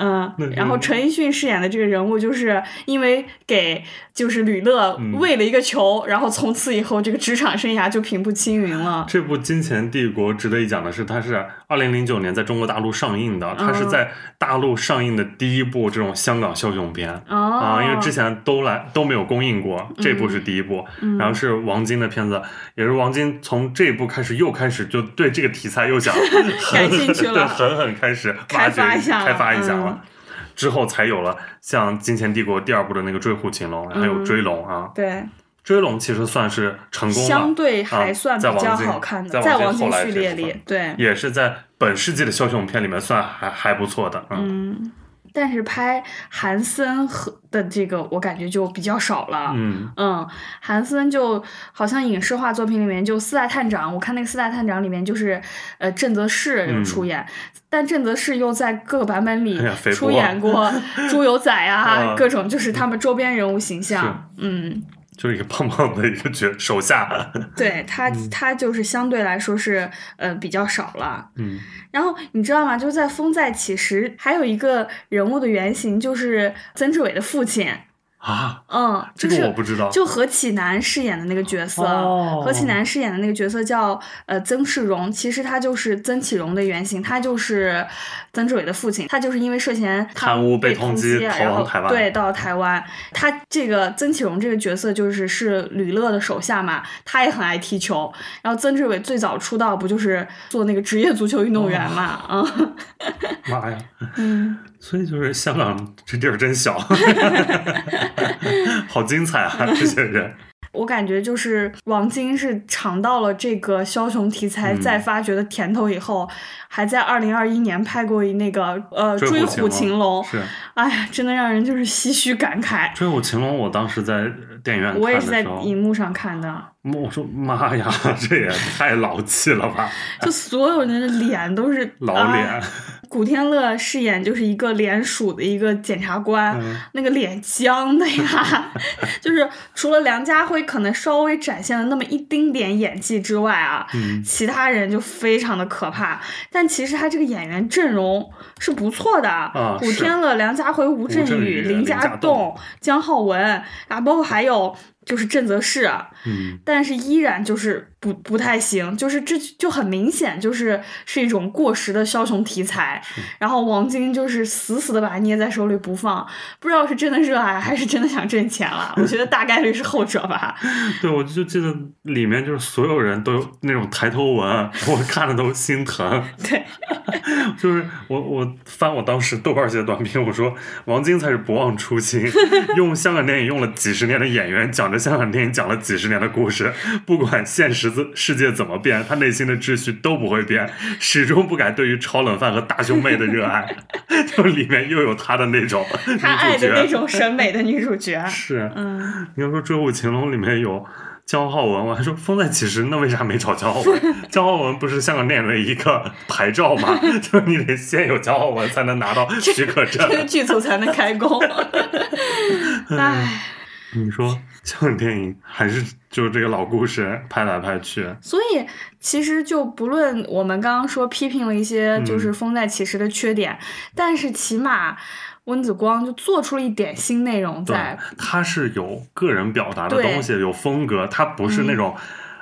嗯、
那
然后
嗯
陈奕迅饰演的这个人物，就是因为给就是吕乐
嗯
喂了一个球，然后从此以后这个职场生涯就平步青云了。
这部《金钱帝国》值得一讲的是，它是二零零九年在中国大陆上映的，它是
嗯
在大陆上映的第一部这种香港笑片片。
哦，嗯
啊，因为之前都来都没有公映过，这部是第一部，然后是王晶的片子，也是王晶从这一部开始又开始就对这个题材
[laughs]
又想
感兴趣了
对，狠狠开始挖掘
开发一下了嗯
开发一下了，之后才有了像《金钱帝国》第二部的那个追虎擒龙，还有
嗯
追龙啊，
对，
追龙其实算是成功了，
相对还
啊
算比
在王
较
晶
好看的，
在
在
王晶
王晶
后来
序
这
列
部分
里，对，
也是在本世纪的枭雄片里面算还还不错的，嗯
嗯，但是拍韩森和的这个，我感觉就比较少了。
嗯
嗯，韩森就好像影视化作品里面，就四大探长，我看那个四大探长里面就是，呃，郑则仕有出演，但郑则仕又在各个版本里
嗯哎呀肥
出
婆
演
[laughs]
过猪油仔啊，
啊
各种就是他们周边人物形象。嗯，
就是一个 [laughs] 胖胖的一个角手
啊
下，
对他，他就是相对来说是呃比较少了。
嗯
然后你知道吗？就是在《风再起时》，还有一个人物的原型就是曾志伟的父亲，
啊，
嗯，
这
就
个我
是。
不知道，
就何启南饰演的那个角色，
哦
何启南饰演的那个角色叫呃曾世荣，其实他就是曾启荣的原型，他就是曾志伟的父亲，他就是因为涉嫌
贪污被
被
通缉
缉，
逃
然
往
后
台湾
对到了台湾，他这个曾启荣这个角色就是是吕乐的手下嘛，他也很爱踢球，然后曾志伟最早出道不就是做那个职业足球运动员嘛，啊、
哦妈呀！ [laughs]
嗯，
所以就是香港这地儿真小， [laughs] 好精彩啊！这些人，
我感觉就是王晶是尝到了这个枭雄题材
嗯
再发掘的甜头以后，还在二零二一年拍过一那个呃《
追
追
虎擒
虎擒龙》，
是《
哎呀，真的让人就是唏嘘感慨。
追虎擒龙》，我当时在电影院看
我也
的
是在
时候，
荧幕上看
[laughs]
的，
我说妈呀，这也太老气了吧，
就所有人的脸都是
[laughs] 老脸。
啊古天乐饰演就是一个联署的一个检察官，
嗯
那个脸僵
[laughs]
的呀，就是除了梁家辉可能稍微展现了那么一丁点演技之外啊，
嗯
其他人就非常的可怕。但其实他这个演员阵容是不错的，
啊
古
是
天乐、梁家辉、吴镇
镇宇
宇、林
林
家
家栋
栋、姜浩文啊，包括还有就是郑则仕，啊
嗯，
但是依然就是不不太行，就是这就很明显就是是一种过时的枭雄题材，然后王晶就是死死的把它捏在手里不放，不知道是真的热爱还是真的想挣钱了，我觉得大概率是后者吧。
[laughs] 对，我就记得里面就是所有人都有那种抬头纹，我看着都心疼。
对，
[laughs] 就是我我翻我当时豆瓣写的短评，我说王晶才是不忘初心， [laughs] 用香港电影用了几十年的演员，讲着香港电影讲了几十年的故事，不管现实世世界怎么变，他内心的秩序都不会变，始终不改对于炒冷饭和大胸妹的热爱， [laughs] 就里面又有他的那种 [laughs] 女
他爱
主
的那
角，
种审美的女
[laughs]
主角，
是
嗯，
你要说《追虎擒龙》里面有姜浩文，我还说《风再起时》，那为啥没找姜浩文？ [laughs] 姜浩文不是香港电影的一个牌照吗？ [laughs] 就是你得先有姜浩文才能拿到许可
这个
证。
[laughs] 剧组才能开工。唉。
[laughs] 你说香港电影还是就是这个老故事拍来拍去，
所以其实就不论我们刚刚说批评了一些就是
嗯
《风再起时》的缺点，但是起码温子光就做出了一点新内容
对
在。，
他是有个人表达的
对嗯
东西，有风格，他不是那种。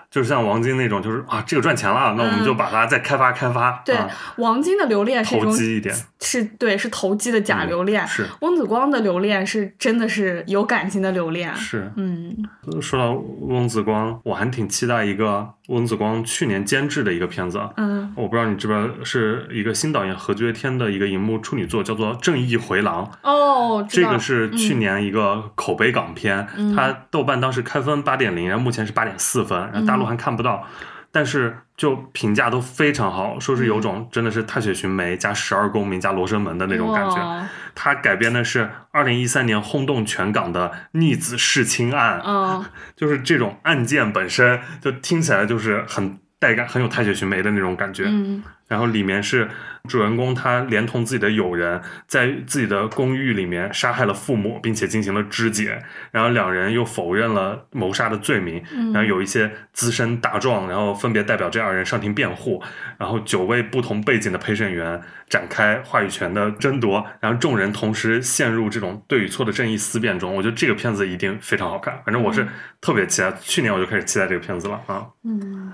就是像王晶那种，就是啊，这个赚钱了，那我们就把它再开发开发，
嗯对
啊、
王晶的留恋是一
投
种
机一嗯点，
是对是投机的假留恋，
是
温子光的留恋是真的是有感情的留恋。
是，
嗯
说到翁子光，我还挺期待一个翁子光去年监制的一个片子啊，
嗯，
我不知道你知不知道，是一个新导演何觉天的一个荧幕处女作，叫做《正义回廊》。
哦，知
这
道嗯
个是去年一个口碑港片，它豆瓣当时开分八点零，然后目前是八点四分，然后大陆还看不到，但是就评价都非常好，说是有
嗯
种真的是《踏雪寻梅》加《十二公民》加《罗生门》的那种感觉。
哇
它改编的是二零一三年轰动全港的逆子弑亲案，
嗯，
就是这种案件本身就听起来就是很带感，很有《踏雪寻梅》的那种感觉。
嗯，
然后里面是主人公他连同自己的友人，在自己的公寓里面杀害了父母，并且进行了肢解，然后两人又否认了谋杀的罪名，然后有一些资深大状，然后分别代表这二人上庭辩护，然后九位不同背景的陪审员展开话语权的争夺，然后众人同时陷入这种对与错的正义思辨中。我觉得这个片子一定非常好看，反正我是特别期待，去年我就开始期待这个片子了啊。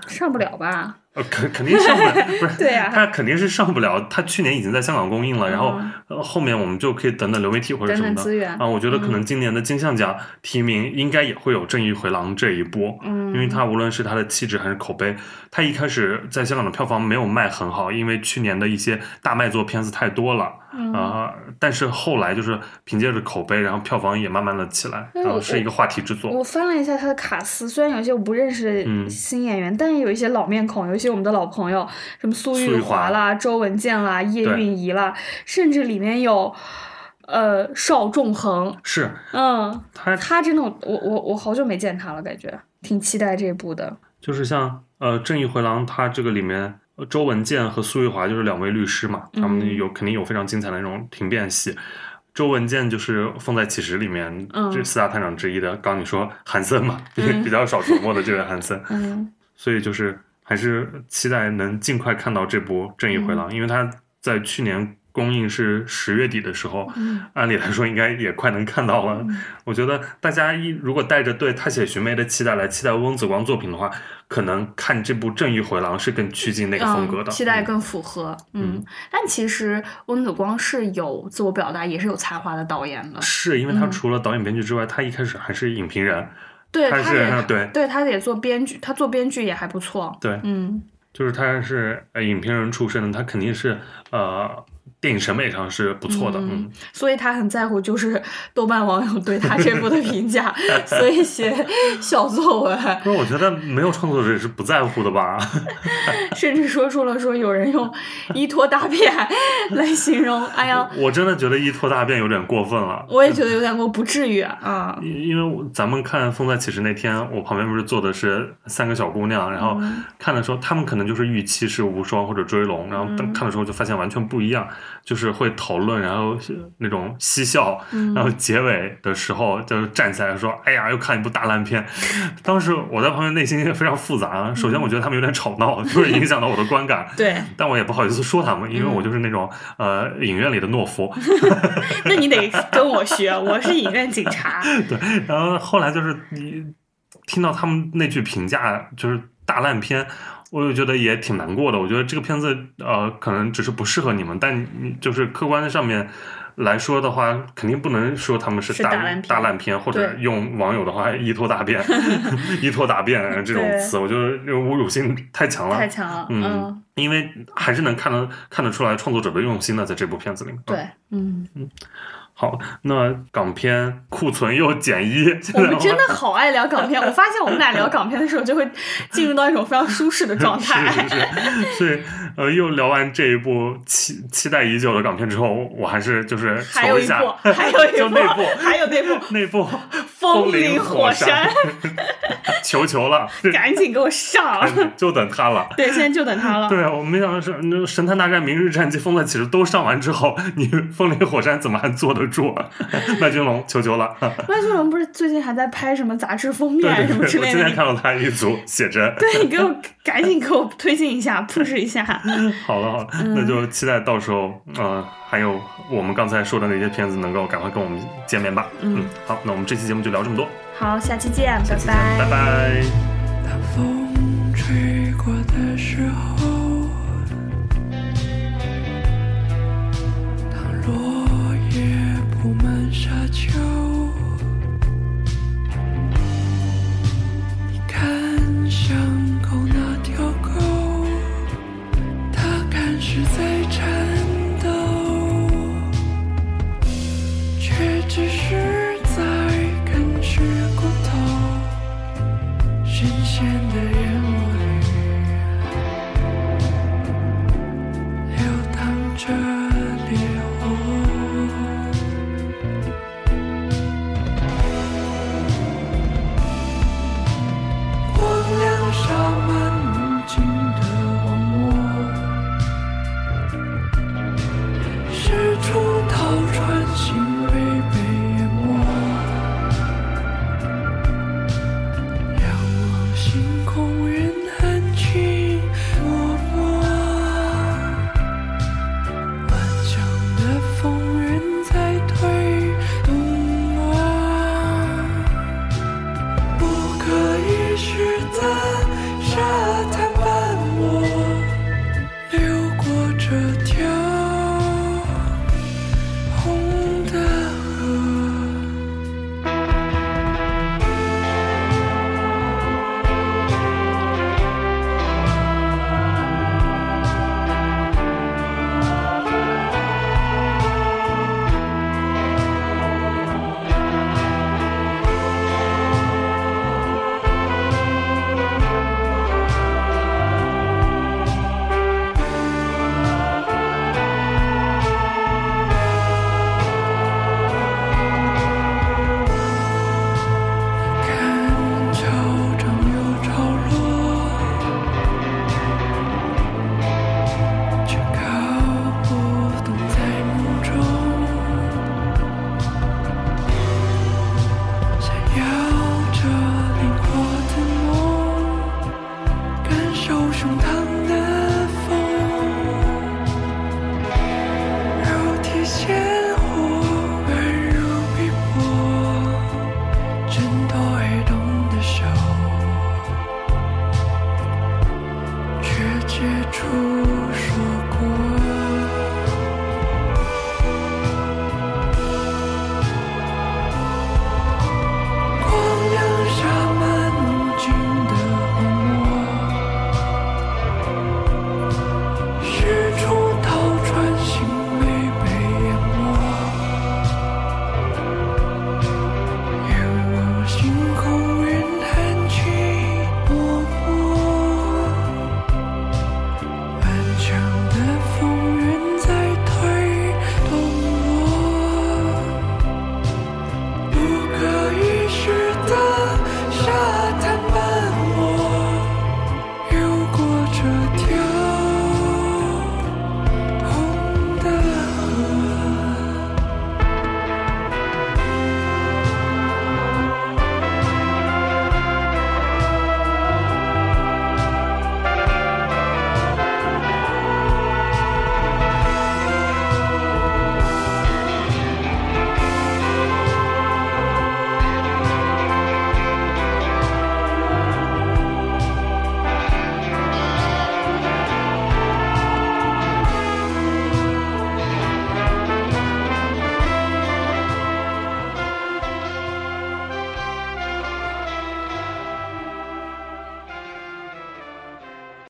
上不
[laughs]
了吧？
呃，肯肯定上不了，不是，
对呀
他肯定是上不了。他去年已经在香港公映了，然后、呃后面我们就可以等等流媒体或者
嗯等
什么
等
的
资源嗯
啊。我觉得可能今年的金像奖提名应该也会有《正义回廊》这一波，嗯，因为它无论是它的气质还是口碑，它一开始在香港的票房没有卖很好，因为去年的一些大卖座片子太多了。
嗯
啊、但是后来就是凭借着口碑，然后票房也慢慢的起来，
哎
然后
我
是一个话题之作。
我翻了一下他的卡司，虽然有一些我不认识
嗯
的新演员，但也有一些老面孔，有一些我们的老朋友，什么苏
苏
玉
玉华
华啦、周文健啦、叶
对
蕴仪啦，甚至里面有呃邵仲恒，
是
嗯，
它
他真的我我我我好久没见他了，感觉挺期待这一部的。
就是像呃《正义回廊》，它这个里面呃周文健和苏玉华就是两位律师嘛，他们有肯定有非常精彩的那种庭辩戏。周文健就是《凤在启示》里面
嗯
这四大探长之一的，刚刚你说韩森嘛， [laughs] 比较少琢磨的这位韩森，
嗯
所以就是还是期待能尽快看到这部《正义回廊》，因为它在去年公映是十月底的时候，
嗯
按理来说应该也快能看到了。我觉得大家一如果带着对《踏雪寻梅》的期待来期待翁子光作品的话，可能看这部《正义回廊》是更趋近那个风格的。
期待
嗯
更符合。嗯，但其实温子光是有自我表达，也是有才华的导演的。
嗯是因为他除了导演编剧之外，他一开始还是影评人，
嗯对，
他
他
是啊
也
对
对，他也做编剧，他做编剧也还不错。
对，
嗯
就是他是呃影评人出身的，他肯定是呃电影审美上是不错的，嗯
嗯，所以他很在乎，就是豆瓣网友对他这部的评价， [laughs] 所以写小作文，
不是，我觉得没有创作者是不在乎的吧？
甚至说出了说有人用“依托大便”来形容。哎呀，
[laughs] 我真的觉得一拖大便有点过分了。
我也觉得有点过不至于啊。
因因为我咱们看《风再起时》那天，我旁边不是坐的是三个小姑娘，然后看的时候，她们可能就是预期是无双或者追龙，然后但看的时候就发现完全不一样，就是会讨论，然后是那种嬉笑，然后结尾的时候就站起来说：“哎呀，又看一部大烂片。”当时我在旁边内心非常复杂，首先我觉得他们有点吵闹，就是影响到我的观感。
对，
但我也不好意思说他们，因为我就是那种、呃影院里的懦夫，
那你得跟我学，我是影院警察。
对，然后后来就是你听到他们那句评价，就是大烂片，我就觉得也挺难过的。我觉得这个片子呃，可能只是不适合你们，但你就是客观上面来说的话，肯定不能说他们是
是
大
大烂
片，
片
或者
对
用网友的话“一拖大
[laughs]
便”“一拖大便”这种
对
词，我觉得这个侮辱性太强了。
太强了，
嗯，因为还是能看得看得出来创作者的用心的，在这部片子里面。
对，嗯，
好，那港片库存又减一，
我们真的好爱聊港片。我发现我们俩聊港片的时候，就会进入到一种非常舒适的状态。
是是是，所以呃，又聊完这一部期期待已久的港片之后，我还是就是
还有
求
一
下 [laughs]
部，还有一
就
部
那部，
还有那部《
那部《
风
林
林火
山
山》，
[laughs] 求求了，
[laughs]
嗯
赶紧给
[laughs]
我上！
就等它 [laughs] 了。
对，现在就等他了。
对，我没想到是那《神探大战》《明日战记》《风再起时》都上完之后，你《风林火山》怎么还坐得住？啊 [laughs] 麦浚龙，求求
[laughs]
了！
麦浚龙不是最近还在拍什么杂志封
[laughs] 对
面
对
啊什么
对，
之
我
类
今天
的？
看到他一组写真。
对，你给我赶紧给我推进一下，push 一下。
[laughs] 好了好了，那就期待到时候，呃，还有我们刚才说的那些片子能够赶快跟我们见面吧。嗯，好，那我们这期节目就聊这么多，
好，下期见，
下期见拜拜
当风吹过的时候，